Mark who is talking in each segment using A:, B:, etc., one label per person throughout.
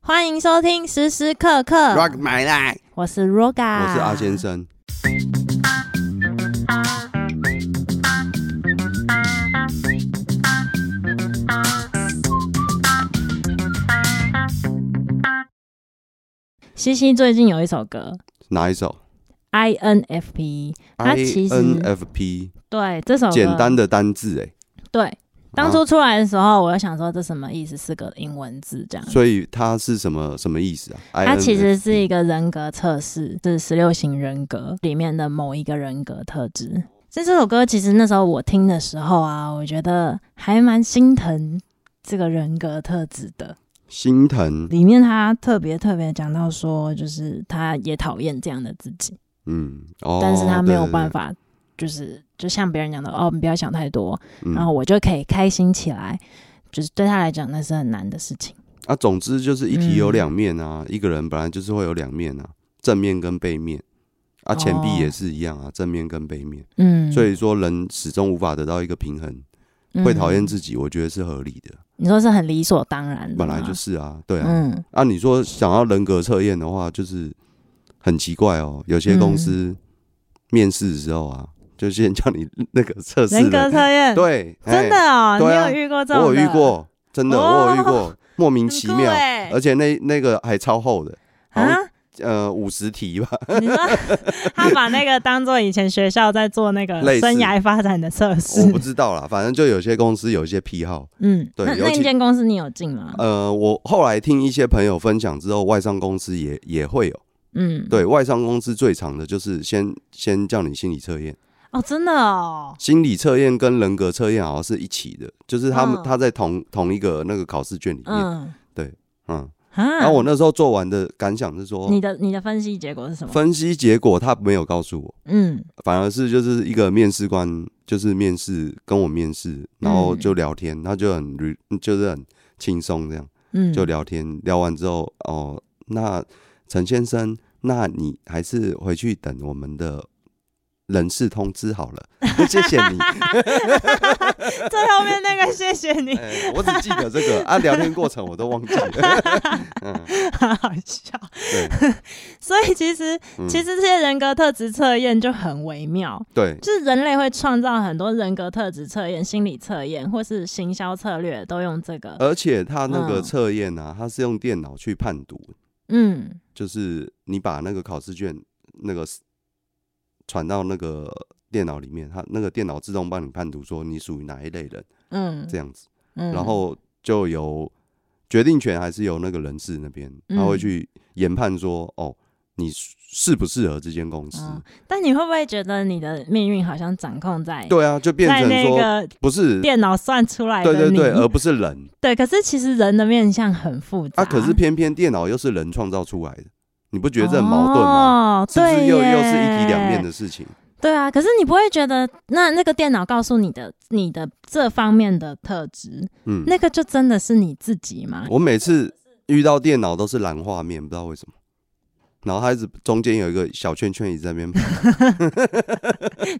A: 欢迎收听时时刻刻
B: Rock My Life，
A: 我是 Roga，
B: 我是阿先。生。
A: 西西最近有一首歌
B: 哪一首
A: INFP，它其
B: ？I
A: 实哦
B: N F P，
A: 对这首歌
B: 简单的单字哎、
A: 对。当初出来的时候，我就想说这什么意思，是个英文字这样
B: 啊。所以它是什么什么意思啊？
A: 它嗯其实是一
B: 个
A: 个人格测试，是十六型人格里面的某一个人格特质。这这首歌其实那时候我听的时候啊，我觉得还蛮心疼这个人格特质的。
B: 心疼，
A: 里面他特别特别讲到说，就是他也讨厌这样的自己，
B: 嗯，哦，
A: 但是他没有办
B: 法，
A: 法，就是就像别人讲的，哦，你不要想太多，
B: 嗯
A: 然后我就可以开心起来。就是对他来讲，那是很难的事情。
B: 啊，总之就是一体有
A: 嗯
B: 两面啊，一个人本来就是会有两面啊，正面跟背面。啊，钱币
A: 哦
B: 也是一样啊，正面跟背面，
A: 嗯，
B: 所以说人始终无法得到一个平衡，会
A: 嗯
B: 讨厌自己，我觉得是合理的，
A: 嗯。你说是很理所当然的吗，
B: 本来就是啊，对啊，
A: 嗯，
B: 啊，你说想要人格测验的话，就是很奇怪哦。有些公
A: 嗯
B: 司面试的时候啊，就先叫你 那个测试
A: 人格测验，
B: 对，
A: 真的
B: 哎，
A: 哦，
B: 对啊
A: 你有遇过这种的？
B: 我有遇，过，真的、
A: 哦
B: 我有遇过，莫名其妙，
A: 哎、
B: 而且那那个还超厚的，好像、
A: 啊！
B: 呃五十题吧，
A: 你说他把那个当做以前学校在做那个
B: 类似
A: 生涯发展的测试
B: 我，不知道啦，反正就有些公司有一些癖好。
A: 嗯，
B: 对
A: 那
B: 尤
A: 那
B: 其
A: 一间公司你有进吗？
B: 呃，我后来听一些朋友分享之后，外商公司也也会有，
A: 嗯，，
B: 对外商公司最长的就是先先叫你心理测验。
A: 哦，真的哦，
B: 心理测验跟人格测验好像是一起的，就是他们、
A: 嗯
B: 他在同同一个那个考试卷里面，
A: 嗯
B: 嗯，
A: 啊，
B: 然后我那时候做完的感想是说，
A: 你的你的分析结果是什么？
B: 分析结果他没有告诉我，
A: 嗯
B: 反而是就是一个面试官，就是面试跟我面试，然后就聊天，他就很 re- 就是很轻松这样，
A: 嗯，
B: 就聊天，聊完之后哦，那陈先生，那你还是回去等我们的人事通知好了，谢谢你。
A: 最后面那个谢谢你，
B: 哎，我只记得这个啊，聊天过程我都忘记了。 嗯，
A: 好好笑。
B: 对，
A: 所以其实
B: 嗯
A: 其实这些人格特质测验就很微妙，
B: 对，
A: 就是人类会创造很多人格特质测验、心理测验或是行销策略，都用这个。
B: 而且他那个
A: 嗯
B: 测验呢，他是用电脑去判读，
A: 嗯，
B: 就是你把那个考试卷那个 s- 传到那个电脑里面，他那个电脑自动帮你判读说你属于哪一类人
A: 嗯
B: 这样子，
A: 嗯，
B: 然后就由决定权还是由那个人事那边，他会
A: 嗯
B: 去研判说，哦，你适不适合这间公司？
A: 嗯但你会不会觉得你的命运好像掌控在
B: 对啊，就变
A: 在
B: 成
A: 那
B: 说
A: 个
B: 不是。
A: 电脑算出来的
B: 对
A: 你？
B: 对对，而不是人，
A: 对可是其实人的面相很复杂
B: 啊，可是偏偏电脑又是人创造出来的，你不觉得这很矛盾吗？
A: 哦、
B: 是不是又
A: 对耶
B: 又是一体两面？的事情？
A: 对啊，可是你不会觉得那那个电脑告诉你的你的这方面的特质，
B: 嗯，
A: 那个就真的是你自己吗？
B: 我每次遇到电脑都是蓝画面，不知道为什么。然后它一直中间有一个小圈圈一直在 那边跑，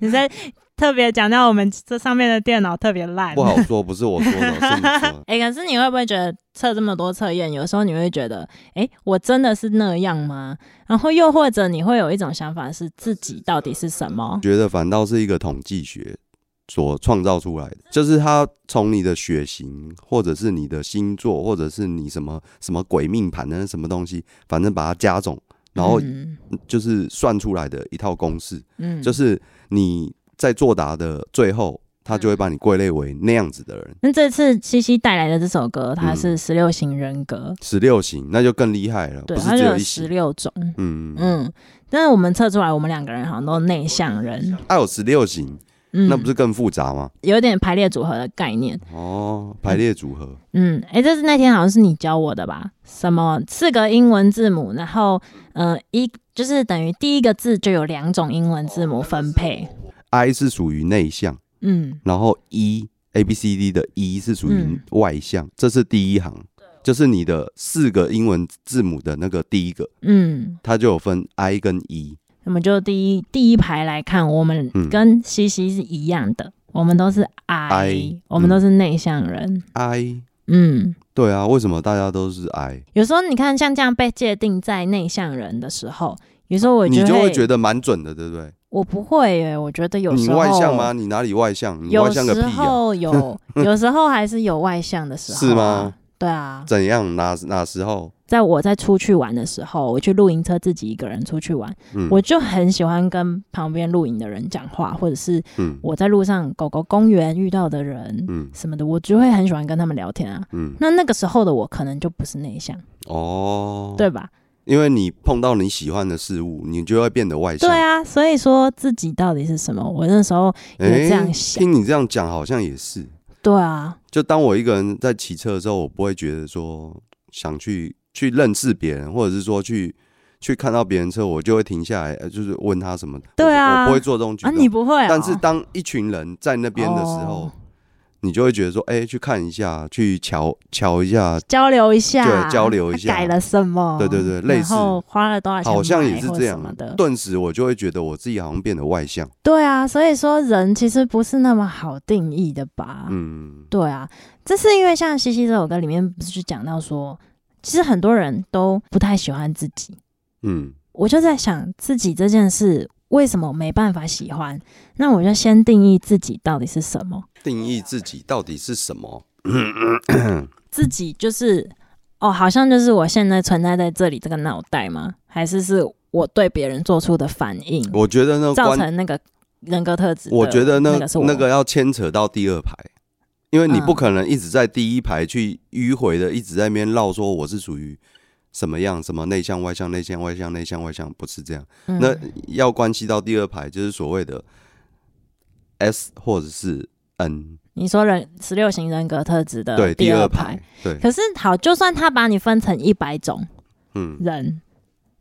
A: 你在特别讲到我们这上面的电脑特别烂，
B: 不 好说，不是我说的，是你说的。
A: 哎、可是你会不会觉得测这么多测验，有时候你会觉得，哎、我真的是那样吗？然后又或者你会有一种想法是自己到底是什么？
B: 觉得反倒是一个统计学所创造出来的，就是它从你的血型，或者是你的星座，或者是你什么什么鬼命盘的什么东西，反正把它加总，然后
A: 嗯，
B: 就是算出来的一套公式。
A: 嗯
B: 就是你在作答的最后，他就会把你归类为那样子的人。
A: 那这次西西带来的这首歌，
B: 嗯
A: 它是十六型人格，
B: 十六型那就更厉害了，
A: 对，
B: 不是
A: 它
B: 只
A: 就
B: 有
A: 有
B: 一
A: 十
B: 型。
A: 六种，
B: 嗯嗯，
A: 嗯。但是我们测出来，我们两个人好像都内向人，
B: 还啊有十六型，
A: 嗯，
B: 那不是更复杂吗？
A: 有点排列组合的概念，
B: 哦，排列组合，
A: 嗯，哎、这是那天好像是你教我的吧？什么四个英文字母，然后呃一就是等于第一个字就有两种英文字母分配。
B: I 哦是属于内向，
A: 嗯
B: 然后 E A B C D 的 E 是属于
A: 嗯
B: 外向，这是第一行，就是你的四个英文字母的那个第一个，
A: 嗯，
B: 它就有分 I 跟 E。
A: 那么就第一第一排来看，我们
B: 嗯
A: 跟西西是一样的，我们都是 I，,
B: I，嗯
A: 我们都是内向人。
B: I
A: 嗯，
B: 对啊，为什么大家都是 I？
A: 有时候你看像这样被界定在内向人的时候，有时候我
B: 你就会觉
A: 得
B: 得蛮准的，对不对？
A: 我不会耶，我觉得有
B: 你
A: 时候
B: 外向吗？？你哪里外向？你
A: 有
B: 外向个屁
A: 时
B: 呀、
A: 候有，有时候还是有外向的时候、啊，
B: 是吗？
A: 对啊，
B: 怎样？哪哪时候？
A: 在我在出去玩的时候，我去露营车自己一个人出去玩，
B: 嗯，
A: 我就很喜欢跟旁边露营的人讲话，或者是
B: 嗯
A: 我在路上狗狗公园遇到的人
B: 嗯
A: 什么的，我就会很喜欢跟他们聊天啊。
B: 嗯
A: 那那个时候的我可能就不是内向，
B: 哦，
A: 对，吧？
B: 因为你碰到你喜欢的事物，你就会变得外向。
A: 对啊，所以说自己到底是什么，我那时候
B: 诶，
A: 也这样想
B: 听你这样讲，好像也是。
A: 对啊，
B: 就当我一个人在骑车的时候，我不会觉得说想去去认识别人，或者是说去去看到别人车，我就会停下来，呃就是问他什么。
A: 对啊
B: 我不我不会做这种举
A: 啊
B: 动。
A: 你不会、啊，
B: 但是当一群人在那边的时候，
A: 哦
B: 你就会觉得说，哎、去看一下，去瞧瞧一下，
A: 交流一下，
B: 对交流一
A: 他
B: 下
A: 改了什么？
B: 对对对类似
A: 然后花了多少钱买，
B: 好像也是
A: 或
B: 这
A: 什么
B: 样
A: 的。
B: 顿时我就会觉得我自己好像变得外向。
A: 对啊，所以说人其实不是那么好定义的吧？
B: 嗯
A: 对啊，这是因为像《西西》这首歌里面不是就讲到说，其实很多人都不太喜欢自己。
B: 嗯
A: 我就在想，自己这件事为什么没办法喜欢？那我就先定义自己到底是什么。
B: 定义自己到底是什么？
A: 自己就是哦，好像就是我现在存在在这里这个脑袋吗？还是是我对别人做出的反应
B: 我觉得呢，
A: 嗯造
B: 关，
A: 成那个人格特质的？
B: 我觉得呢
A: 那个是，我
B: 那个要牵扯到第二排。因为你
A: 嗯
B: 不可能一直在第一排去迂回的，一直在那边绕说我是属于什么样，什么内向外向，内向外向，内向外向，不是这样。
A: 嗯
B: 那要关系到第二排，就是所谓的 S 或者是 N，
A: 你说人十六型人格特质的
B: 对，第
A: 呃二
B: 二
A: 排
B: 排，，对，
A: 可是好，就算他把你分成一百种
B: 嗯
A: 人，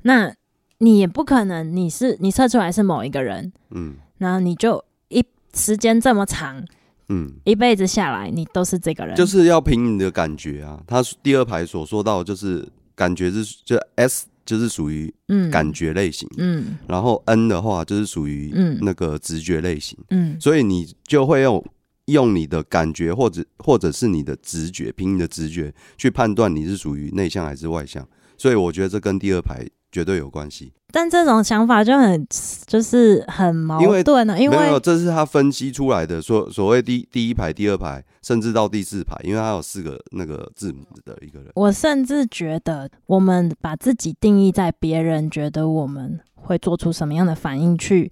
A: 那你也不可能你是你测出来是某一个人，
B: 嗯
A: 然后你就一时间这么长，
B: 嗯，
A: 一辈子下来你都是这个人，
B: 就是要凭你的感觉啊。他第二排所说到的就是感觉是就 S 就是属于
A: 嗯
B: 感，觉类型，
A: 嗯
B: 然后 N 的话就是属于
A: 嗯
B: 那个直觉类型，
A: 嗯
B: 所以你就会用。用你的感觉，或者或者是你的直觉，凭你的直觉去判断你是属于内向还是外向，所以我觉得这跟第二排绝对有关系。
A: 但这种想法就很就是很矛盾啊，因
B: 没有没有，
A: 为
B: 这是他分析出来的，所所谓第第一排、第二排，甚至到第四排，因为他有四个那个字母的一个人。
A: 我甚至觉得我们把自己定义在别人觉得我们会做出什么样的反应去。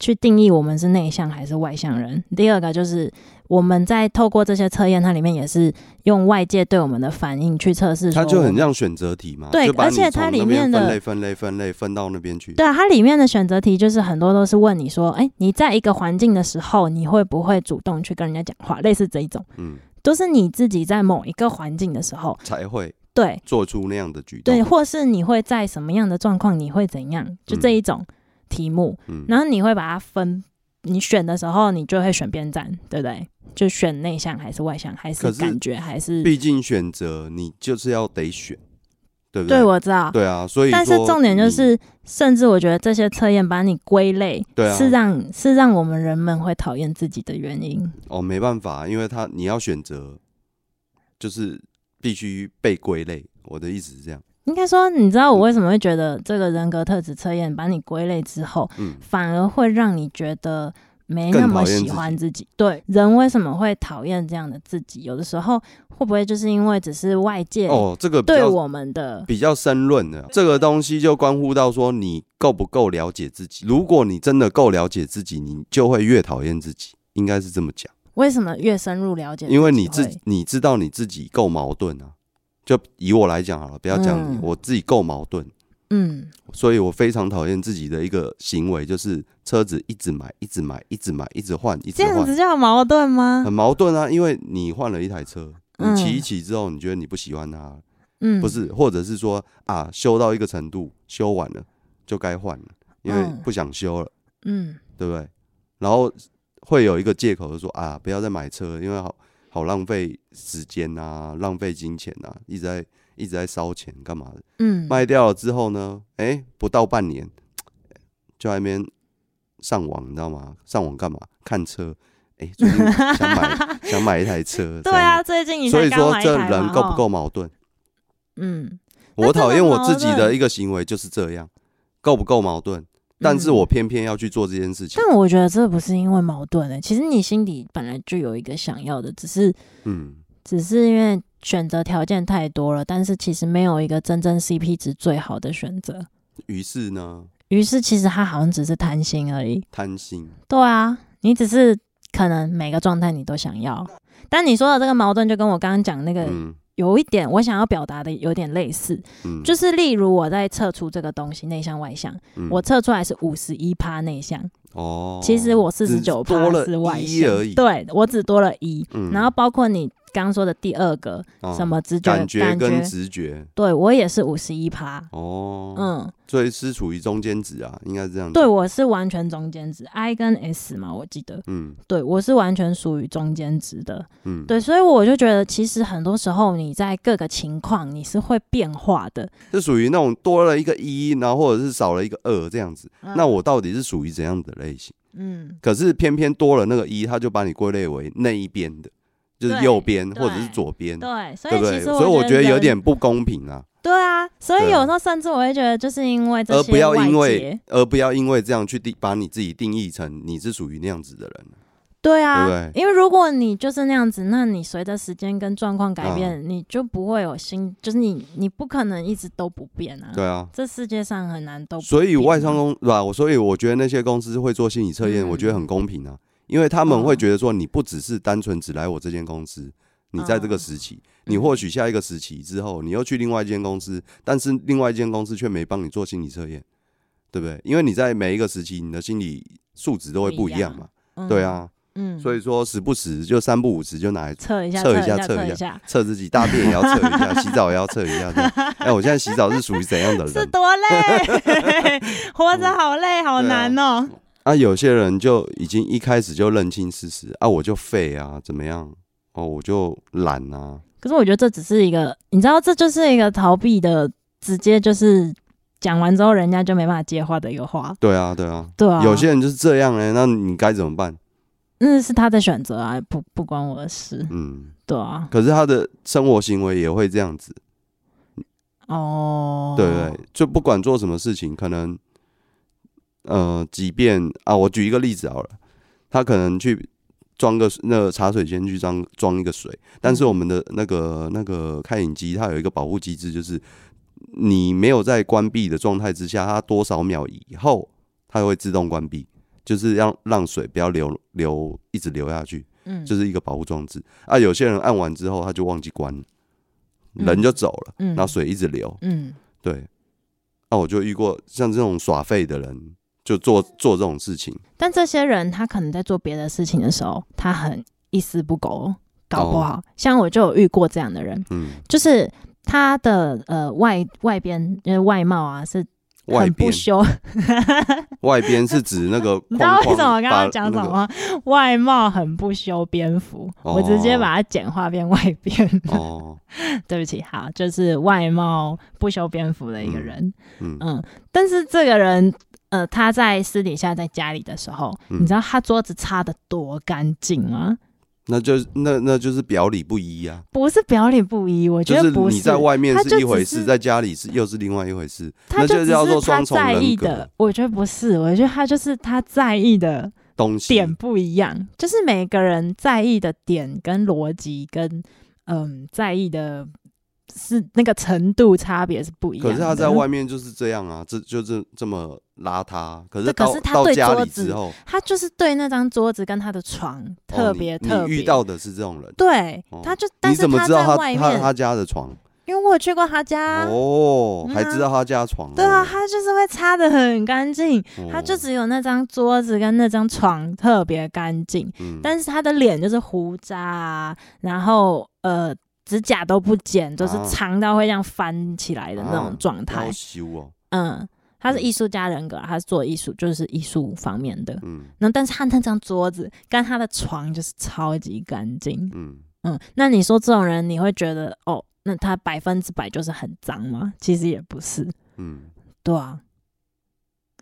A: 去定义我们是内向还是外向人。第二个就是我们在透过这些测验，它里面也是用外界对我们的反应去测试说
B: 它
A: 我们。
B: 就很像选择题嘛，
A: 对
B: 就把
A: 而且
B: 你
A: 它
B: 从
A: 里
B: 那
A: 面
B: 边
A: 的
B: 分类、分类、分类，分到那边去。
A: 对啊，它里面的选择题就是很多都是问你说，哎，你在一个环境的时候，你会不会主动去跟人家讲话？类似这一种，
B: 嗯，
A: 都是你自己在某一个环境的时候，
B: 才会
A: 对
B: 做出那样的举动。
A: 对，，或是你会在什么样的状况，你会怎样？就这一种题目，
B: 嗯，
A: 然后你会把它分，你选的时候你就会选边站，对不对？就选内向还是外向，还是
B: 可是
A: 感觉还是？
B: 毕竟选择你就是要得选，对不
A: 对，我知道。
B: 对啊，所以
A: 但是
B: 说
A: 重点就
B: 你
A: 是，甚至我觉得这些测验把你归类，
B: 对啊
A: 是让是让我们人们会讨厌自己的原因。
B: 哦，没办法，因为他你要选择，就是必须被归类。我的意思是这样，
A: 应该说，你知道我为什么会觉得这个人格特质测验把你归类之后，
B: 嗯，
A: 反而会让你觉得没那么喜欢自己。对，人为什么会讨厌这样的自己？有的时候会不会就是因为只是外界
B: 哦，这个比
A: 对
B: 较
A: 我们 的
B: 比较深论的这个东西，就关乎到说你够不够了解自己。如果你真的够了解自己，你就会越讨厌自己，应该是这么讲，
A: 为什么越深入了解，
B: 因为你自
A: 己会
B: 你知道你自己够矛盾啊。就以我来讲好了，不要讲
A: 嗯
B: 你，我自己够矛盾，
A: 嗯
B: 所以我非常讨厌自己的一个行为，就是车子一直买，一直买，一直买，一直换，一直
A: 这样
B: 换，
A: 子叫矛盾吗
B: 很？矛盾啊。因为你换了一台车，
A: 嗯
B: 你骑一骑之后，你觉得你不喜欢它了，
A: 嗯，
B: 不是，或者是说啊，修到一个程度，修完了就该换了，因为
A: 嗯
B: 不想修了，
A: 嗯
B: 对不对？然后会有一个借口，就说啊，不要再买车，因为好好浪费时间啊，浪费金钱啊，一直在一直在烧钱干嘛的？
A: 嗯，
B: 卖掉了之后呢，哎，不到半年，就在那边上网，你知道吗？上网干嘛？看车，哎、最近想 买想买一台车，
A: 对啊，，最近你
B: 所
A: 才
B: 以
A: 刚
B: 说
A: 买一
B: 这
A: 台
B: 人
A: 嘛哦
B: 够不？
A: 吼
B: 够矛盾？
A: 嗯，那
B: 我
A: 这
B: 讨
A: 么
B: 厌我
A: 矛
B: 自己的
A: 盾
B: 一个行为就是这样，够不够矛盾？但是
A: 嗯
B: 我偏偏要去做这件事情，
A: 但我觉得这不是因为矛盾的、其实你心里本来就有一个想要的，只是
B: 嗯，
A: 只是因为选择条件太多了，但是其实没有一个真正 CP 值最好的选择。
B: 于是呢，
A: 于是其实他好像只是贪心而已。
B: 贪心，
A: 对啊，你只是可能每个状态你都想要，但你说的这个矛盾就跟我刚刚讲那个、
B: 嗯
A: 有一点我想要表达的有点类似，
B: 嗯，
A: 就是例如我在测出这个东西内向外向，
B: 嗯
A: 我测出来是五十一趴内向，
B: 哦，
A: 其实我四
B: 只
A: 十九趴
B: 多了
A: 是外
B: 一
A: 向
B: 而已，
A: 对我只多了一、
B: 嗯
A: 然后包括你刚说的第二个、
B: 哦
A: 什么直觉
B: 感觉跟直觉
A: 对我也是五十一趴。
B: 哦，嗯，
A: 嗯，
B: 所以是处于中间值啊，应该是这样，
A: 对，我是完全中间值，I 跟 S 嘛，我记得，
B: 嗯
A: 对我是完全属于中间值的，
B: 嗯，
A: 对，所以我就觉得其实很多时候你在各个情况你是会变化的，
B: 是属于那种多了一个一，然后或者是少了一个二这样子，
A: 嗯
B: 那我到底是属于怎样的类型？
A: 嗯，
B: 可是偏偏多了那个一，他就把你归类为那一边的，就是
A: 对
B: 右边
A: 对
B: 或者是左边，
A: 对，所
B: 嗯对
A: 以
B: 不
A: 其
B: 对？
A: 实
B: 所以我觉得有
A: 人
B: 点不公平啊，
A: 对啊，所以
B: 对啊
A: 有时候甚至我会觉得，就是因为这
B: 而
A: 些
B: 不要
A: 外
B: 因为
A: 界
B: 而不要因为这样去定把你自己定义成你是属于那样子的人，
A: 对啊，
B: 对不
A: 因为如果你就是那样子，那你随着时间跟状况
B: 啊
A: 改变，你就不会有新，就是你你不可能一直都不变啊。
B: 对啊。
A: 这世界上很难都不
B: 所以
A: 变
B: 外商公对吧？我所以我觉得那些公司会做心理测验，
A: 嗯
B: 我觉得很公平啊，因为他们会
A: 嗯
B: 觉得说你不只是单纯只来我这间公司，你在这个
A: 嗯
B: 时期，你或许下一个时期之后，你又去另外一间公司，但是另外一间公司却没帮你做心理测验，对不对？因为你在每一个时期，你的心理素质都会
A: 不
B: 不
A: 一
B: 一
A: 样
B: 样嘛，
A: 嗯
B: 对，啊，
A: 嗯，
B: 所以说时不时就三不五时就拿来
A: 测一下，
B: 测一
A: 一
B: 下测
A: 测
B: 一
A: 一下，
B: 测自己，大便也要测一下，洗澡也要测一下 这样。哎，我现在洗澡是属于怎样的
A: 是
B: 人？
A: 多 累，活着好累，好
B: 对啊
A: 难哦。
B: 啊，有些人就已经一开始就认清事实啊，我就废啊，怎么样？哦，我就懒啊，
A: 可是我觉得这只是一个，你知道，这就是一个逃避的，直接就是讲完之后人家就没办法接话的一个话。
B: 对啊，对啊，
A: 对啊，
B: 有些人就是这样哎、那你该怎么办？
A: 那是他的选择啊，不不关我的事。
B: 嗯，
A: 对啊，
B: 可是他的生活行为也会这样子，
A: 哦，
B: 对不对？就不管做什么事情，可能，呃，即便啊，我举一个例子好了，他可能去装个那个茶水间去装装一个水，但是我们的那个那个开饮机它有一个保护机制，就是你没有在关闭的状态之下，它多少秒以后它会自动关闭，就是让让水不要流流一直流下去，
A: 嗯，
B: 就是一个保护装置。啊，有些人按完之后他就忘记关了，
A: 嗯
B: 人就走了，
A: 嗯
B: 然后水一直流，
A: 嗯，
B: 对。那、我就遇过像这种耍废的人，就做做这种事情，
A: 但这些人他可能在做别的事情的时候，他很一丝不苟，搞不
B: 哦
A: 好、像我就有遇过这样的人，
B: 嗯，
A: 就是他的呃外外边呃外貌啊是
B: 外
A: 很不
B: 边
A: 修，
B: 外边是指那个
A: 你
B: 框
A: 知道为
B: 框把那个，
A: 什么我刚刚讲什么吗？外貌很不修边幅，我直接
B: 哦
A: 把它简化变外边。
B: 哦，
A: 对不起，好，就是外貌不修边幅的一个人。
B: 嗯，
A: 嗯，但是这个人，呃，他在私底下在家里的时候，
B: 嗯
A: 你知道他桌子擦的多干净吗？
B: 那就是那那就是表里不一啊，
A: 不是表里不一，我觉
B: 就
A: 得
B: 是
A: 不
B: 你在外面
A: 他
B: 是
A: 就
B: 一回
A: 只
B: 事，
A: 是
B: 在家里是又是另外一回事，
A: 他
B: 那
A: 就
B: 就
A: 只
B: 叫
A: 是
B: 做
A: 他
B: 双重
A: 在意
B: 人格
A: 的，我觉得不是，我觉得他就是他在意的
B: 东西
A: 点不一样，就是每个人在意的点跟逻辑跟嗯在意的是那个程度差别是不一样
B: 可
A: 的。
B: 是他在外面就是这样啊，这就这这么邋遢。可是
A: 对
B: 到
A: 可是他
B: 到
A: 对
B: 家
A: 桌
B: 里
A: 子
B: 之后，
A: 他就是对那张桌子跟他的床特别
B: 哦你
A: 特别、
B: 你遇到的是这种人，
A: 对
B: 哦，
A: 他就但
B: 你
A: 是
B: 怎么
A: 他
B: 知道
A: 在
B: 他
A: 外
B: 他
A: 面，
B: 他家的床？
A: 因为我有去过他家，
B: 哦，
A: 嗯
B: 还
A: 啊
B: 知道他家床哦？
A: 对啊，他就是会擦的很干净，
B: 哦
A: 他就只有那张桌子跟那张床特别干净，
B: 嗯
A: 但是他的脸就是胡渣啊，然后呃指甲都不剪，就是
B: 啊
A: 长到会这样翻起来的那种
B: 啊
A: 状态
B: 要，修哦，
A: 嗯。他是艺术家人格啊，他是做艺术，就是艺术方面的。
B: 嗯
A: 那但是他那张桌子跟他的床就是超级干净，
B: 嗯，
A: 嗯，那你说这种人，你会觉得哦，那他百分之百就是很脏吗？其实也不是，
B: 嗯，
A: 对啊。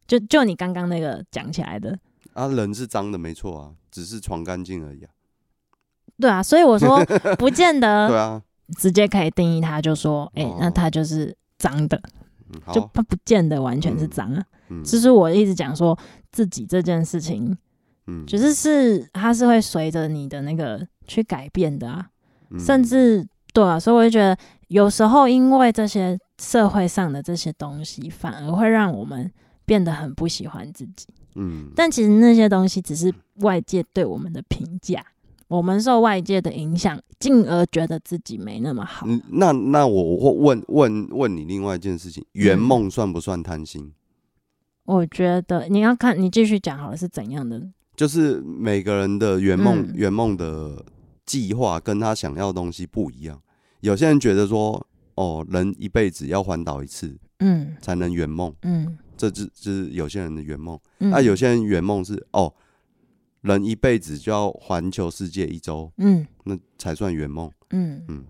A: 就就你刚刚那个讲起来的，
B: 啊，人是脏的没错啊，只是床干净而已啊。
A: 对啊，所以我 说不见
B: 对
A: 得
B: 啊，
A: 直接可以定义它，就说哎、
B: 哦
A: 那它就是脏的，
B: 嗯，
A: 就
B: 好，
A: 它不见得完全是脏啊。
B: 嗯
A: 这是我一直讲说自己这件事情，
B: 嗯，
A: 只是是它是会随着你的那个去改变的啊，
B: 嗯
A: 甚至对啊，所以我就觉得有时候因为这些社会上的这些东西，反而会让我们变得很不喜欢自己。
B: 嗯，
A: 但其实那些东西只是外界对我们的评价，我们受外界的影响，进而觉得自己没那么好。
B: 嗯那那我我问问问你另外一件事情，圆
A: 嗯
B: 梦算不算贪心？
A: 我觉得你要看你继续讲好了是怎样的，
B: 就是每个人的圆梦
A: 嗯
B: 圆梦的计划跟他想要的东西不一样。有些人觉得说，哦，人一辈子要环岛一次
A: 嗯
B: 才能圆梦，
A: 嗯
B: 这就就是有些人的圆梦。
A: 嗯，
B: 那、啊有些人圆梦是哦，人一辈子就要环球世界一周，
A: 嗯
B: 那才算圆梦。
A: 嗯
B: 嗯，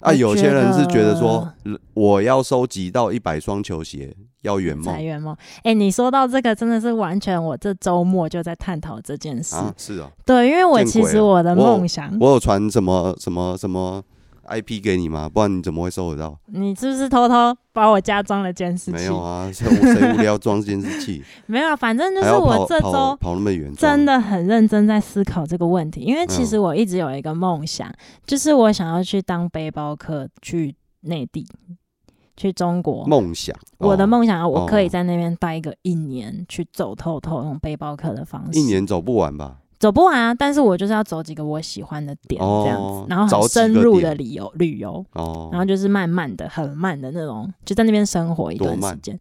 B: 啊，
A: 我
B: 有些人是觉得说
A: 觉，
B: 呃我要收集到一百双球鞋，要圆
A: 才
B: 梦
A: 圆梦。哎、你说到这个，真的是完全我这周末就在探讨这件事。
B: 啊，是哦，
A: 对，因为我
B: 见
A: 其
B: 鬼
A: 实
B: 了
A: 我的
B: 我有
A: 梦想，
B: 我有传什么什么什么 IP 给你吗？不然你怎么会收得到？
A: 你是不是偷偷把我家装了监视器？
B: 没有啊，谁谁无聊装监 视器，
A: 没有啊，反正就
B: 还
A: 是
B: 要
A: 我
B: 跑
A: 这
B: 跑
A: 周
B: 跑那么远，
A: 真的很认真在思考这个问题，因为其
B: 嗯
A: 实我一直有一个梦想，就是我想要去当背包客，去内地，去中国。
B: 梦想，
A: 哦我的
B: 哦
A: 梦想啊，我可以
B: 哦
A: 在那边待个一年，去走透透，用背包客的方式。
B: 一年走不完吧？
A: 走不完啊，但是我就是要走几个我喜欢的点
B: 哦
A: 这样子，然后
B: 找
A: 很
B: 几个
A: 深入的
B: 点
A: 旅游旅游，
B: 哦，
A: 然后就是慢慢的、很慢的那种，就在那边生活一段
B: 多慢
A: 时间。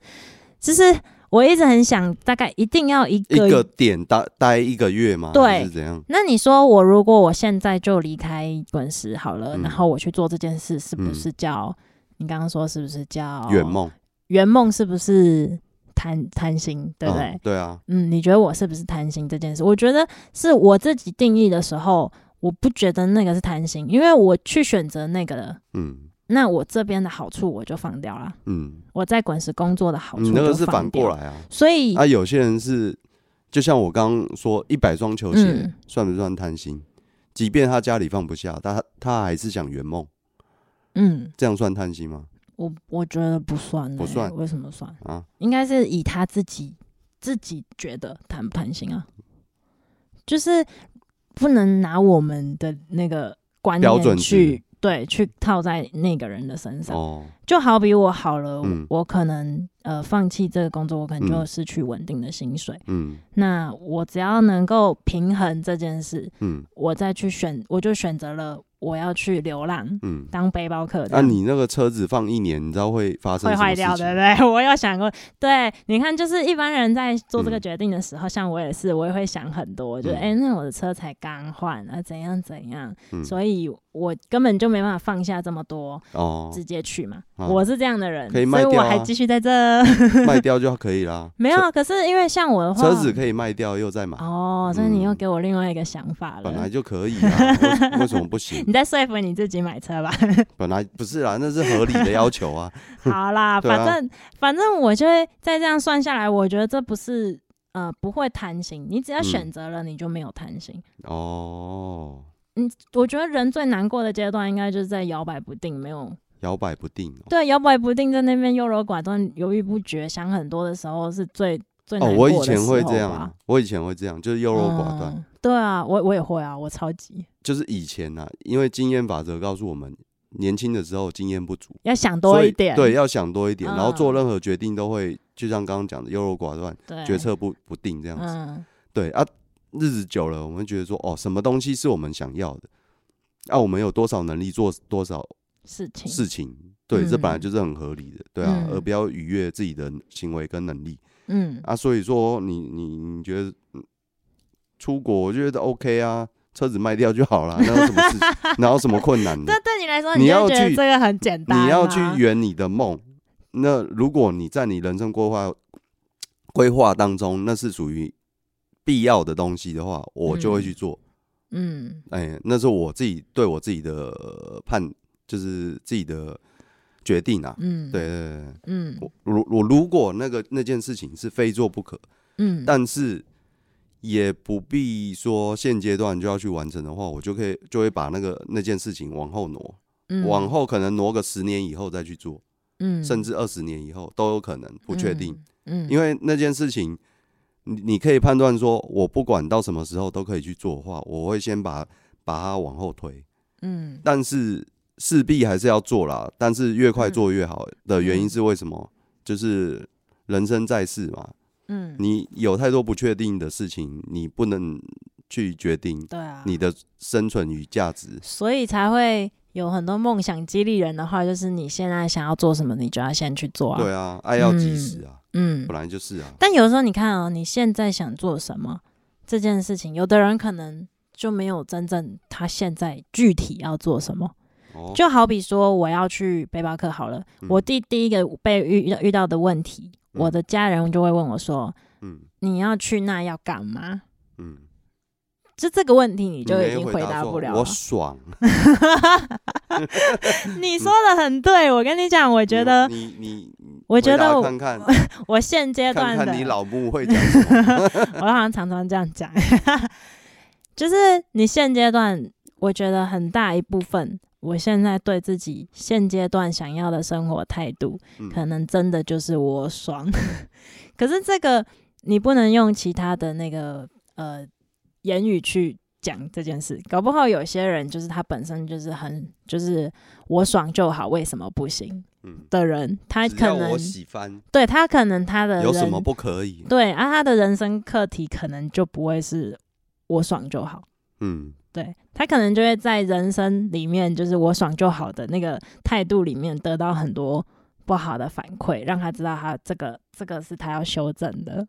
A: 就是我一直很想，大概一定要一
B: 一
A: 个。
B: 个点待待一个月吗？
A: 对
B: 还是怎样？
A: 那你说我如果我现在就离开滚石好了，
B: 嗯
A: 然后我去做这件事，是不
B: 嗯
A: 是叫、你刚刚说是不是叫
B: 圆？梦，
A: 圆梦是不是贪贪心，对不对？
B: 嗯对啊，
A: 嗯，你觉得我是不是贪心这件事？我觉得是我自己定义的时候，我不觉得那个是贪心，因为我去选择那个了，
B: 嗯
A: 那我这边的好处我就放掉了，
B: 嗯，
A: 我在滚石工作的好处
B: 你那个是
A: 就放
B: 反过
A: 掉，
B: 来啊，
A: 所以、
B: 啊，有些人是，就像我刚刚说，一百双球鞋、
A: 嗯
B: 算不算贪心？即便他家里放不下，但他他还是想圆梦，
A: 嗯，
B: 这样算贪心吗？
A: 我我觉得不算、欸，
B: 不算
A: 为什么算？
B: 啊，
A: 应该是以他自己自己觉得贪不贪心啊，就是不能拿我们的那个观
B: 标准
A: 念
B: 值
A: 去对去套在那个人的身上。
B: 哦，
A: 就好比我好了，我
B: 嗯
A: 我可能呃放弃这个工作，我可能就
B: 嗯
A: 失去稳定的薪水。
B: 嗯
A: 那我只要能够平衡这件事，
B: 嗯
A: 我再去选，我就选择了我要去流浪
B: 嗯。
A: 当背包客这
B: 那、
A: 样。
B: 你那个车子放一年，你知道会发生
A: 会
B: 什么
A: 坏
B: 事情？
A: 掉，对不对？我有想过，对，你看，就是一般人在做这个决定的时候，像我也是，我也会想很多，就哎、诶
B: 嗯
A: 那我的车才刚换啊，怎样怎样，
B: 嗯
A: 所以我根本就没办法放下这么多，
B: 哦，
A: 直接去嘛。
B: 啊
A: 我是这样的人，
B: 可以
A: 所
B: 卖
A: 以我
B: 掉啊
A: 还继续在 这。。
B: 卖掉就可以啦
A: 没有啊，可是因为像我的
B: 车
A: 话，
B: 车子可以卖掉又再买，
A: 哦，所以你又
B: 嗯
A: 给我另外一个想法了。
B: 本来就可以啊，为为什么不行
A: 你？在说服你自己买车吧？
B: 本来不是啦，那是合理的要求啊。
A: 好啦，
B: 对啊
A: 反正反正我就会再这样算下来，我觉得这不是呃不会贪心，你只要
B: 嗯
A: 选择了，你就没有贪心。
B: 哦，
A: 我觉得人最难过的阶段，应该就是在摇摆不定，没有
B: 摇摆不定哦。
A: 对摇摆不定，在那边优柔寡断、犹豫不决、想很多的时候，是最最
B: 哦，
A: 难
B: 我
A: 过
B: 以
A: 的时候吧。
B: 前会这样啊，我以前会这样，就是优
A: 优
B: 柔寡断。
A: 对啊，我我也会啊，我超级
B: 就是以前啊，因为经验法则告诉我们，年轻的时候经验不足，
A: 要想
B: 所
A: 多
B: 以
A: 一点，
B: 对，要想多一点，
A: 嗯
B: 然后做任何决定都会，就像刚刚讲的，优柔寡断，
A: 对
B: 决策不不定这样子。
A: 嗯
B: 对啊，日子久了，我们会觉得说，哦，什么东西是我们想要的？啊，我们有多少能力做多少
A: 事情
B: 事情？对，这本来
A: 嗯
B: 就是很合理的，对啊，
A: 嗯
B: 而不要逾越自己的行为跟能力。
A: 嗯
B: 啊，所以说你你你觉得嗯出国，我觉得 OK 啊，车子卖掉就好了，哪有什么事情，哪有什么困难的
A: 这？对你来说，
B: 你
A: 就
B: 要
A: 觉得
B: 去
A: 这个很简单啊，
B: 你要去圆你的梦。那如果你在你人生规划规划当中，那是属于必要的东西的话，我就会去做。
A: 嗯
B: 哎、那是我自己对我自己的呃判，就是自己的决定啊。
A: 嗯
B: 对对对对，
A: 嗯
B: 我如我如果那个那件事情是非做不可，
A: 嗯
B: 但是也不必说现阶段就要去完成的话，我就可以就会把那个那件事情往后挪，
A: 嗯，
B: 往后可能挪个十年以后再去做，
A: 嗯，
B: 甚至二十年以后都有可能，不确定。
A: 嗯，嗯，
B: 因为那件事情，你你可以判断说，我不管到什么时候都可以去做的话，我会先把把它往后推，
A: 嗯
B: 但是势必还是要做啦。但是越
A: 嗯
B: 快做越好的原因是为什么？就是人生在世嘛，
A: 嗯，
B: 你有太多不确定的事情，你不能去决定
A: 对啊，
B: 你的生存与价值。
A: 所以才会有很多梦想激励人的话，就是你现在想要做什么，你就要先去做啊。
B: 对啊，爱要及时啊，
A: 嗯，
B: 本来就是啊。
A: 但有时候你看哦，你现在想做什么这件事情，有的人可能就没有真正他现在具体要做什么。
B: 哦，
A: 就好比说，我要去背包客好了，
B: 嗯
A: 我第第一个被遇遇到遇到的问题，
B: 嗯
A: 我的家人就会问我说
B: 嗯：“
A: 你要去那要干嘛
B: 嗯，？”
A: 就这个问题，你
B: 你
A: 就已
B: 没
A: 经
B: 回
A: 答
B: 说
A: 不了啊
B: 我
A: 了。
B: 爽，
A: 你说的很对，我跟你讲，我觉得
B: 你你，你
A: 我觉
B: 回答
A: 得我
B: 看看
A: 我现阶段
B: 看
A: 的
B: 看你老木 会讲什么。
A: 我好像常常这样讲， 就是你现阶段，我觉得很大一部分，我现在对自己现阶段想要的生活态度，可
B: 嗯
A: 能真的就是我爽。 可是这个你不能用其他的那个呃言语去讲这件事，搞不好有些人就是他本身就是很就是我爽就好，为什么不行
B: 嗯，
A: 的人，他
B: 只要
A: 可能
B: 我喜欢，
A: 对他可能他的
B: 有什
A: 人
B: 么不可以？
A: 对啊，他的人生课题可能就不会是我爽就好，
B: 嗯
A: 对他可能就会在人生里面，就是我爽就好的那个态度里面得到很多不好的反馈，让他知道他这个这个是他要修正的，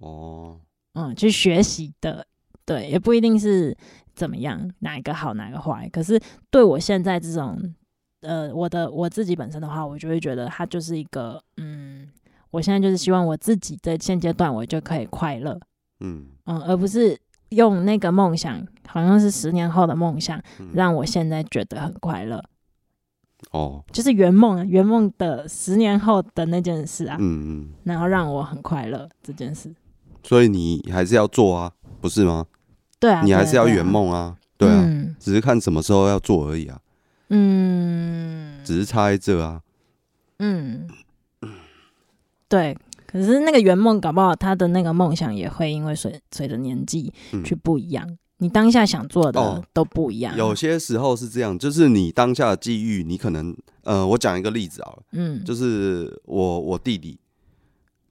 B: 哦，
A: 嗯，去学习的，对，也不一定是怎么样，哪一个好哪个坏，可是对我现在这种。呃，我的我自己本身的话，我就会觉得他就是一个，嗯，我现在就是希望我自己在现阶段我就可以快乐，
B: 嗯，
A: 嗯，而不是用那个梦想，好像是十年后的梦想，
B: 嗯
A: 让我现在觉得很快乐，
B: 哦，
A: 就是圆梦，啊圆梦的十年后的那件事啊，
B: 嗯嗯，
A: 然后让我很快乐这件事。
B: 所以你还是要做啊，不是吗？
A: 对啊，
B: 你还
A: 对啊
B: 是要
A: 对啊
B: 圆梦啊，对啊，
A: 嗯
B: 只是看什么时候要做而已啊，
A: 嗯
B: 只是差在这啊。
A: 嗯，对。可是那个圆梦，搞不好他的那个梦想也会因为随随着年纪
B: 嗯
A: 去不一样，你当下想做的
B: 哦
A: 都不一样。啊
B: 有些时候是这样，就是你当下的际遇，你可能，呃，我讲一个例子好了，
A: 嗯，
B: 就是我我弟弟，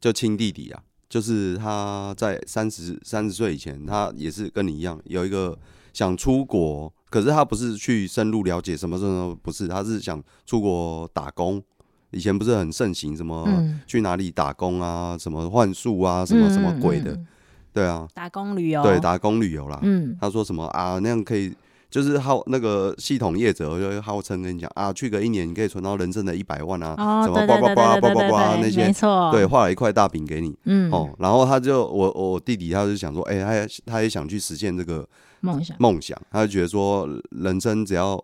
B: 就亲弟弟啊，就是他在三十三十岁以前，他也是跟你一样有一个想出国，可是他不是去深入了解什么什么，不是，他是想出国打工。以前不是很盛行什么
A: 嗯，
B: 去哪里打工啊，什么换宿啊，什么什么
A: 嗯
B: 鬼的，
A: 嗯哦嗯
B: 对啊，
A: 打工旅游，
B: 对，打工旅游啦，
A: 嗯
B: 他说什么啊，那样可以，就是号那个系统业者就会号称跟你讲啊，去个一年你可以存到人生的一百万啊，
A: 哦，
B: 什么
A: 对
B: 叭
A: 对对
B: 叭
A: 对
B: 叭叭
A: 对
B: 叭
A: 对
B: 叭
A: 对
B: 那些
A: 没，错，
B: 对，，画了一块大饼给你
A: 嗯，
B: 哦，然后他就我我弟弟他就想说，哎，他也他也想去实现这个
A: 梦想，
B: 梦想，他就觉得说人生只要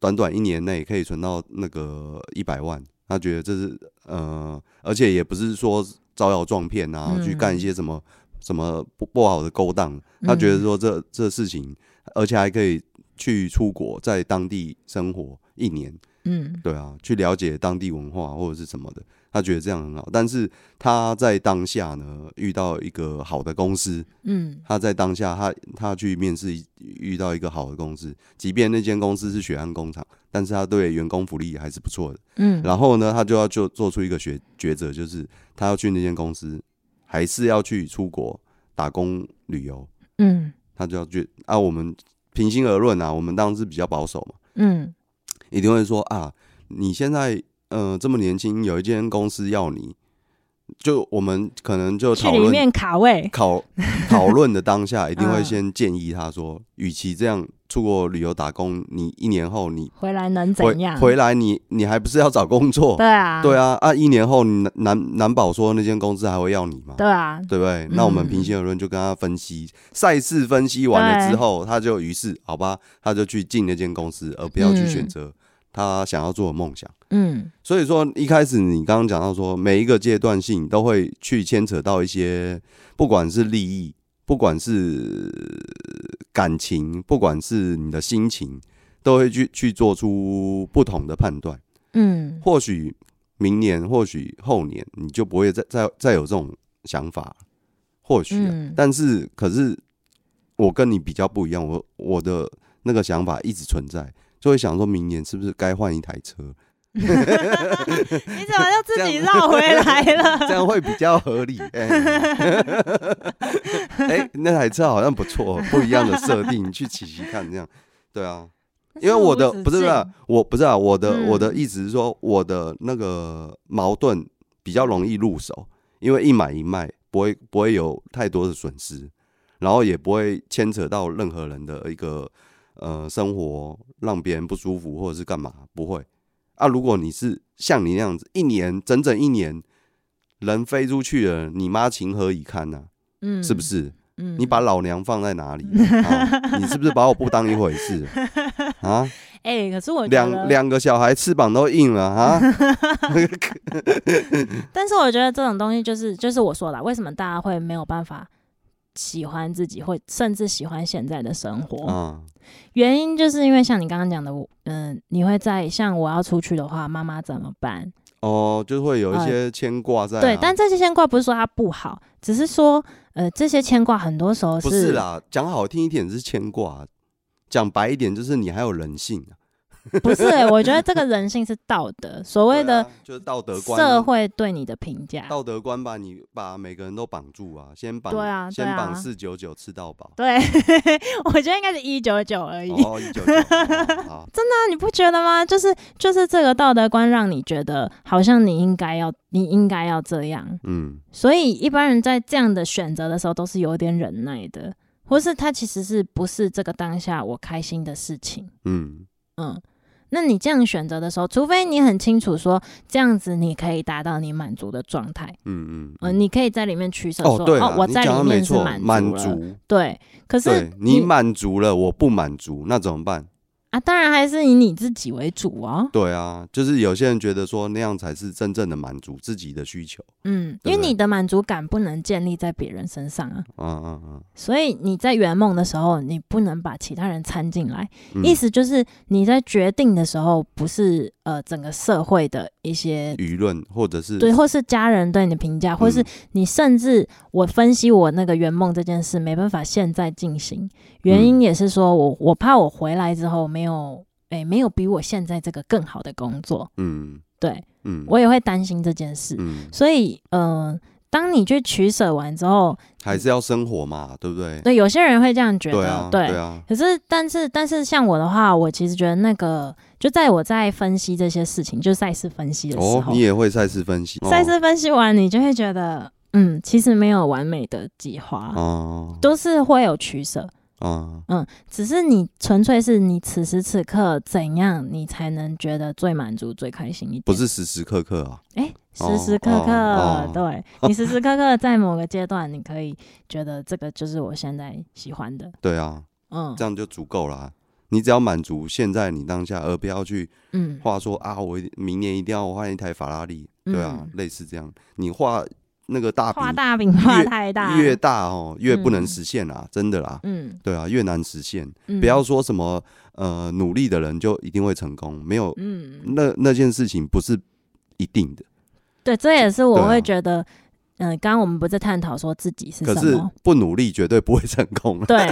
B: 短短一年内可以存到那个一百万，他觉得这是呃，而且也不是说招摇撞骗啊，
A: 嗯
B: 去干一些什么什么不不好的勾当，他觉得
A: 嗯
B: 说这这事情，而且还可以去出国，在当地生活一年，
A: 嗯
B: 对啊，去了解当地文化或者是什么的，他觉得这样很好。但是他在当下呢，遇到一个好的公司，
A: 嗯
B: 他在当下他他去面试一遇到一个好的公司，即便那间公司是血汗工厂，但是他对员工福利还是不错的。
A: 嗯，
B: 然后呢，他就要就做出一个抉抉择，就是他要去那间公司，还是要去出国打工旅游。
A: 嗯
B: 他就要觉啊，我们平心而论啊，我们当然是比较保守嘛，
A: 嗯
B: 一定会说啊，你现在呃这么年轻，有一间公司要你，就我们可能就
A: 去
B: 讨
A: 里
B: 论
A: 面卡位，
B: 讨讨论的当下，一定会
A: 嗯
B: 先建议他说，与其这样出国旅游打工，你一年后你
A: 回来能
B: 回
A: 怎样？
B: 回来你你还不是要找工作？
A: 对啊，
B: 对啊，啊一年后你难难难保说那间公司还会要你吗？
A: 对啊，
B: 对不对？那我们
A: 嗯
B: 平心而论，就跟他分析赛事分析完了之
A: 对
B: 后，他就于是好吧，他就去进那间公司，而不要去
A: 嗯
B: 选择他想要做的梦想。
A: 嗯
B: 所以说，一开始你刚刚讲到说，每一个阶段性都会去牵扯到一些，不管是利益不管是感情，不管是你的心情，都会去去做出不同的判断。
A: 嗯，
B: 或许明年，或许后年，你就不会再再再有这种想法，或许啊、
A: 嗯
B: 但是，可是我跟你比较不一样，我我的那个想法一直存在，就会想说明年是不是该换一台车，
A: 你怎么就自己
B: 这样
A: 绕回来了？
B: 这样会比较合理。哎、 哎那台车好像不错，不一样的设定，你去骑骑看，这样对啊。因为我的不是啦，我不是啊，我的、我的
A: 嗯
B: 意思是说，我的那个矛盾比较容易入手，因为一买一卖不会不会有太多的损失，然后也不会牵扯到任何人的一个呃生活，让别人不舒服或者是干嘛，不会。啊，如果你是像你那样子，一年整整一年，人飞出去了，你妈情何以堪呐、
A: 嗯
B: 是不？是？
A: 嗯
B: 你把老娘放在哪里、啊？你是不是把我不当一回事啊？
A: 哎，可是我觉
B: 两
A: 得，
B: 两个小孩翅膀都硬了啊！
A: 但是我觉得这种东西就是就是我说的啊，为什么大家会没有办法喜欢自己，或甚至喜欢现在的生活？
B: 啊，
A: 原因就是因为像你刚刚讲的，我嗯、你会在像我要出去的话，妈妈怎么办？
B: 哦，就会有一些牵挂在啊。
A: 对，但这些牵挂不是说它不好，只是说呃，这些牵挂很多时候
B: 不是啦，讲好听一点是牵挂，讲白一点就是你还有人性啊。
A: 不是欸、我觉得这个人性是道德，所谓
B: 对啊
A: 的
B: 就是道德观啊，
A: 社会对你的评价。
B: 道德观把你把每个人都绑住啊，先绑
A: 对啊
B: 先
A: 对啊
B: 绑四九九吃到饱。
A: 对， 我觉得应该是一九九而已。
B: 哦，一九九， 好，
A: 那你不觉得吗？就是就是这个道德观让你觉得好像你应该要你应该要这样，
B: 嗯，
A: 所以一般人在这样的选择的时候都是有点忍耐的，或是他其实是不是这个当下我开心的事情，
B: 嗯，
A: 嗯。那你这样选择的时候，除非你很清楚说这样子你可以达到你满足的状态，
B: 嗯，嗯，
A: 呃，你可以在里面取舍说，啊
B: 哦，对啦，
A: 我
B: 你
A: 在
B: 讲
A: 里
B: 得没
A: 面是
B: 错，
A: 满
B: 满
A: 了，
B: 足，
A: 对。可是
B: 对你满足了，我不满足，那怎么办？
A: 啊，当然还是以你自己为主哦，
B: 对啊，就是有些人觉得说那样才是真正的满足自己的需求。
A: 嗯，因
B: 对
A: 为
B: 不对
A: 你的满足感不能建立在别人身上啊，
B: 嗯嗯
A: 所以你在圆梦的时候，你不能把其他人掺进来。
B: 嗯，
A: 意
B: 嗯
A: 思就是你在决定的时候，不是呃整个社会的一些。
B: 舆论或者是
A: 对，或是家人对你的评价，或是
B: 嗯
A: 你甚至我分析我那个圆梦这件事没办法现在进行，原
B: 嗯
A: 因也是说我我怕我回来之后没有，诶、没有比我现在这个更好的工作，
B: 嗯
A: 对
B: 嗯，
A: 我也会担心这件事。
B: 嗯
A: 所以，嗯、当你去取舍完之后，
B: 还是要生活嘛，对不对？
A: 对有些人会这样觉得，
B: 对啊，
A: 对
B: 啊，
A: 可是，但是，但是，像我的话，我其实觉得那个，就在我在分析这些事情，就赛事分析的时
B: 哦，
A: 候
B: 你，也会赛事分析，哦
A: 赛、事分析完，你就会觉得，嗯，其实没有完美的计划，
B: 哦
A: 都是会有取舍，
B: 哦，
A: 嗯，只是你纯粹是你此时此刻怎样，你才能觉得最满足、最开心一点。
B: 不，是时时刻刻啊，
A: 哎、时时刻刻，
B: 哦哦哦
A: 对你时时刻刻 在某个阶段，你可以觉得这个就是我现在喜欢的，
B: 对啊，
A: 嗯
B: 这样就足够啦。你只要满足现在你当下，而不要去
A: 嗯，
B: 话说啊，我一明年一定要换一台法拉利，对啊，
A: 嗯
B: 类似这样，你画那个大饼
A: 画大饼画太大，
B: 越大哦，越不能
A: 嗯
B: 实现啦，真的啦。
A: 嗯，
B: 对啊，越难实现。
A: 嗯
B: 不要说什么呃，努力的人就一定会成功，没有
A: 嗯，
B: 那那件事情不是一定的。
A: 对，这也是
B: 对
A: 我
B: 啊
A: 会觉得，嗯、刚刚我们不是探讨说自己是
B: 可
A: 什
B: 是
A: 么，
B: 不努力绝对不会成 功。啊
A: 对，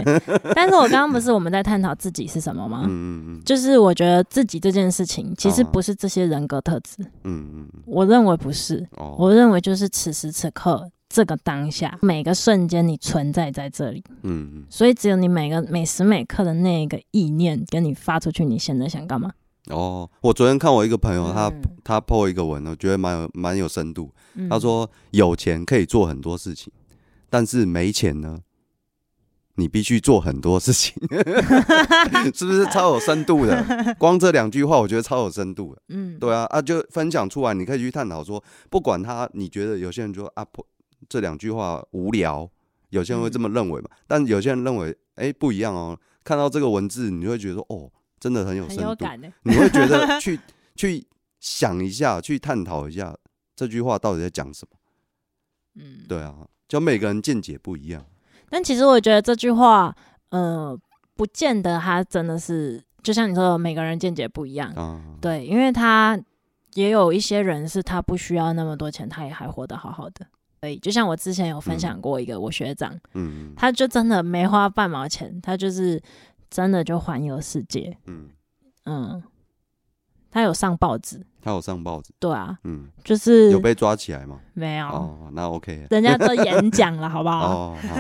A: 但是我刚刚不是我们在探讨自己是什么吗？
B: 嗯嗯
A: 就是我觉得自己这件事情其实
B: 啊
A: 不是这些人格特质，
B: 嗯嗯嗯，
A: 我认为不是，
B: 哦，
A: 我认为就是此时此刻这个当下每个瞬间你存在在这里，
B: 嗯嗯
A: 所以只有你每个每时每刻的那一个意念跟你发出去，你现在想干嘛？
B: 哦，我昨天看我一个朋友，他
A: 嗯
B: 他 po 一个文，我觉得蛮有蛮有深度。
A: 嗯
B: 他说有钱可以做很多事情，但是没钱呢，你必须做很多事情， 是不是超有深度的？光这两句话，我觉得超有深度的。
A: 嗯，
B: 对啊，啊，就分享出来，你可以去探讨说，不管他，你觉得有些人就说啊，不这两句话无聊，有些人会这么认为
A: 嗯
B: 嘛，但有些人认为，哎、不一样哦，看到这个文字，你就会觉得说，哦，真的很有
A: 很
B: 深
A: 有
B: 度，
A: 感的、
B: 你会觉 得去去想一下，去探讨一下这句话到底在讲什么。
A: 嗯，
B: 对啊，就每个人见解不一样。
A: 但其实我觉得这句话，呃，不见得他真的是，就像你说的，每个人见解不一样。
B: 啊，
A: 对，因为他也有一些人是他不需要那么多钱，他也还活得好好的。所以，就像我之前有分享过一个我学长，
B: 嗯
A: 他就真的没花半毛钱，他就是真的就环游世界。
B: 嗯，
A: 嗯，他有上报纸，
B: 他有上报纸，
A: 对啊，
B: 嗯，
A: 就是
B: 有被抓起来吗？
A: 没有，
B: 哦，那 OK，
A: 人家都演讲了，好不好？
B: 哦，好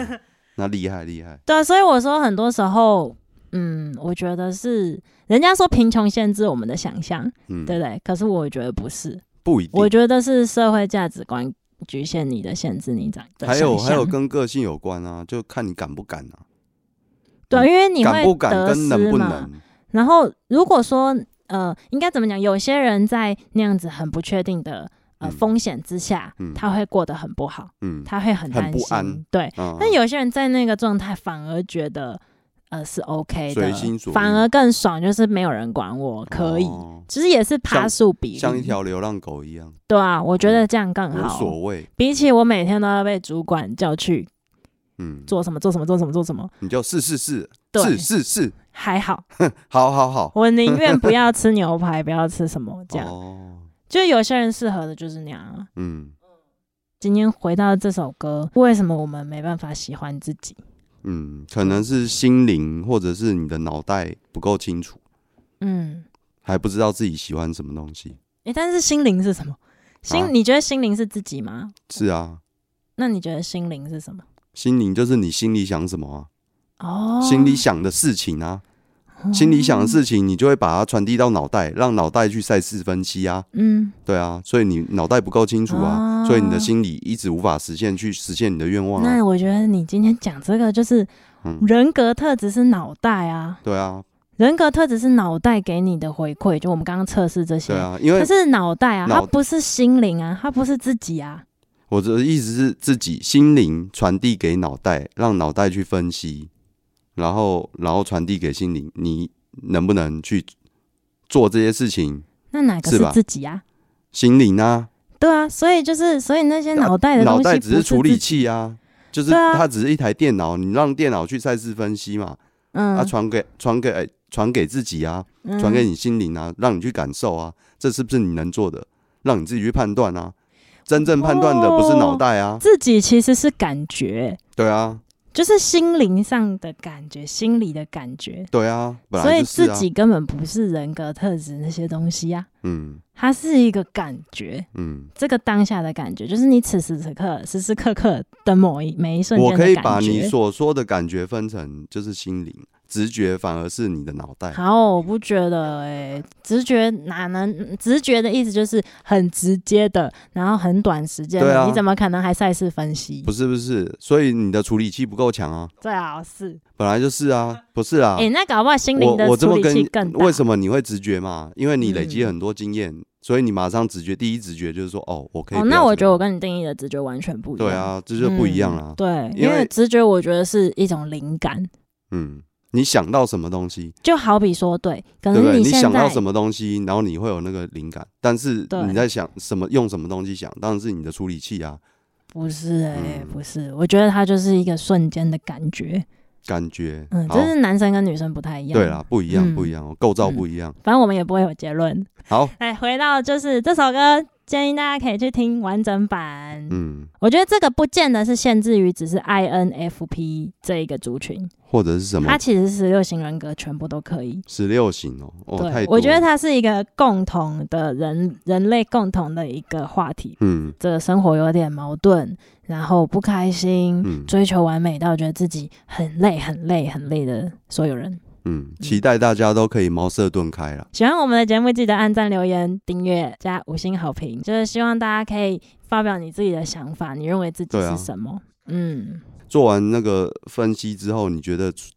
B: 那厉害厉害，
A: 对啊，所以我说很多时候，嗯，我觉得是人家说贫穷限制我们的想象，
B: 嗯，
A: 对不对？可是我觉得不是，
B: 不一定
A: 我，觉得是社会价值观局限你的限制你长的
B: 还有
A: 想
B: 还有
A: 象
B: 跟个性有关啊，就看你敢不敢啊，
A: 对啊，因为你
B: 敢
A: 会
B: 不敢
A: 得
B: 跟
A: 失
B: 能不
A: 嘛。
B: 能，
A: 然后如果说呃，应该怎么讲？有些人在那样子很不确定的呃、
B: 嗯
A: 风险之下，
B: 嗯
A: 他会过得很不好，
B: 嗯，
A: 他会很
B: 很
A: 担
B: 不
A: 心，
B: 安
A: 对。
B: 啊
A: 但有些人在那个状态反而觉得，呃，是 OK 的，
B: 随心所欲
A: 反而更爽，就是没有人管我，可以。
B: 哦
A: 其实也是爬树比例
B: 像一条流浪狗一样，
A: 对啊，我觉得这样更
B: 无
A: 好。
B: 所谓，
A: 比起我每天都要被主管叫去
B: 嗯，
A: 做什么做什么做什么做什么，
B: 你就是是是
A: 对，
B: 是是是，
A: 还好，
B: 好好好，
A: 我宁愿不要吃牛排，不要吃什 么这样。
B: 哦，
A: 就有些人适合的就是那样啊。
B: 嗯
A: 今天回到这首歌，为什么我们没办法喜欢自己？
B: 嗯，可能是心灵或者是你的脑袋不够清楚，
A: 嗯，
B: 还不知道自己喜欢什么东西。
A: 诶，但是心灵是什么？心，
B: 啊
A: 你觉得心灵是自己吗？
B: 是啊，
A: 那你觉得心灵是什么？
B: 心灵就是你心里想什么
A: 哦
B: 啊，，心里想的事情啊，心里想的事情，你就会把它传递到脑袋，让脑袋去赛事分析啊。
A: 嗯，
B: 对啊，所以你脑袋不够清楚啊，
A: 啊
B: 所以你的心理一直无法实现去实现你的愿望啊。
A: 那我觉得你今天讲这个就是
B: 嗯
A: 人格特质是脑袋啊，
B: 对啊，
A: 人格特质是脑袋给你的回馈，就我们刚刚测试这些。
B: 对啊，因为
A: 它是脑袋啊，它
B: 脑
A: 不是心灵啊，它不是自己啊。
B: 我的意思是自己心灵传递给脑袋，让脑袋去分析，然后然后传递给心灵，你能不能去做这些事情？
A: 那哪个
B: 是
A: 是
B: 吧
A: 自己啊？
B: 心灵啊，
A: 对啊，所以就是，所以那些脑袋的东
B: 脑
A: 西
B: 袋
A: 不
B: 只是处
A: 自
B: 理
A: 己，
B: 器啊，就是
A: 对啊
B: 它只是一台电脑，你让电脑去赛事分析嘛，它、
A: 嗯，
B: 啊传给传给哎传给自己啊，
A: 嗯
B: 传给你心灵啊，让你去感受啊，这是不是你能做的？让你自己去判断啊，真正判断的不
A: 哦
B: 是脑袋啊，
A: 自己其实是感觉，
B: 对啊，
A: 就是心灵上的感觉，心理的感觉。
B: 对啊，本
A: 所
B: 来
A: 以
B: 就是
A: 自
B: 啊，
A: 己根本不是人格特质那些东西啊，
B: 嗯
A: 它是一个感觉，
B: 嗯。
A: 这个当下的感觉，就是你此时此刻、时时刻刻的某一每一瞬间
B: 我
A: 的
B: 可
A: 感
B: 以
A: 觉。
B: 把你所说的感觉分成，就是心灵直觉，反而是你的脑袋。
A: 好，我不觉得哎、直觉哪能？直觉的意思就是很直接的，然后很短时间
B: 对
A: 的，
B: 啊
A: 你怎么可能还赛事分析
B: 不？是不是，所以你的处理器不够强啊，
A: 最好是
B: 本来就是啊，不是啊。
A: 哎、那搞不好心灵
B: 我
A: 的
B: 我这
A: 处
B: 么
A: 理
B: 跟
A: 器更大。
B: 为什么你会直觉嘛？因为你累积
A: 嗯
B: 很多经验，所以你马上直觉，第一直觉就是说，哦，我可以
A: 哦，
B: 不要这个。
A: 那我觉得我跟你定义的直觉完全不一样。嗯
B: 对，啊，这就不一样啦。
A: 对，
B: 因
A: 因为
B: 为
A: 直觉我觉得是一种灵感，
B: 嗯，你想到什么东西，
A: 就好比说，对，可
B: 对不
A: 能
B: 对？你
A: 现
B: 想到
A: 在
B: 什么东西，然后你会有那个灵感，但是
A: 对
B: 你在想什么，用什么东西想，当然是你的处理器啊，
A: 不是哎、
B: 嗯
A: 不是，我觉得它就是一个瞬间的感觉，
B: 感觉。
A: 嗯，
B: 好
A: 这是男生跟女生不太一样。
B: 对啦，，不一样，
A: 嗯
B: 不一样，哦构造
A: 嗯
B: 不一样。
A: 反正我们也不会有结论。
B: 好，
A: 哎，回到就是这首歌，建议大家可以去听完整版。
B: 嗯，
A: 我觉得这个不见得是限制于只是 INFP 这一个族群，
B: 或者是什么
A: 它其实十六型人格全部都可以。
B: 十六型哦，哦，太
A: 对，
B: 多
A: 我觉得
B: 了，
A: 它是一个共同的人人类共同的一个话题。
B: 嗯
A: 这个生活有点矛盾，然后不开心，
B: 嗯
A: 追求完美到觉得自己很累、很累、很累的所有人。
B: 嗯，期待大家都可以茅塞顿开啦。
A: 喜欢我们的节目，记得按赞、留言、订阅、加五星好评。就是希望大家可以发表你自己的想法，你认为自己
B: 对啊
A: 是什么？嗯，
B: 做完那个分析之后，你觉得自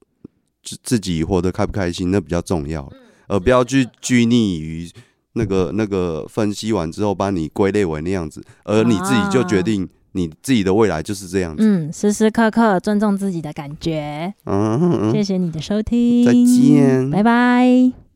B: 自己活得开不开心，那比较重要，
A: 嗯
B: 而不要去拘泥于那个那个分析完之后把你归类为那样子，而你自
A: 啊
B: 己就决定你自己的未来就是这样子。
A: 嗯，时时刻刻尊重自己的感觉。
B: 嗯嗯嗯
A: 谢谢你的收听，
B: 再见
A: 拜拜。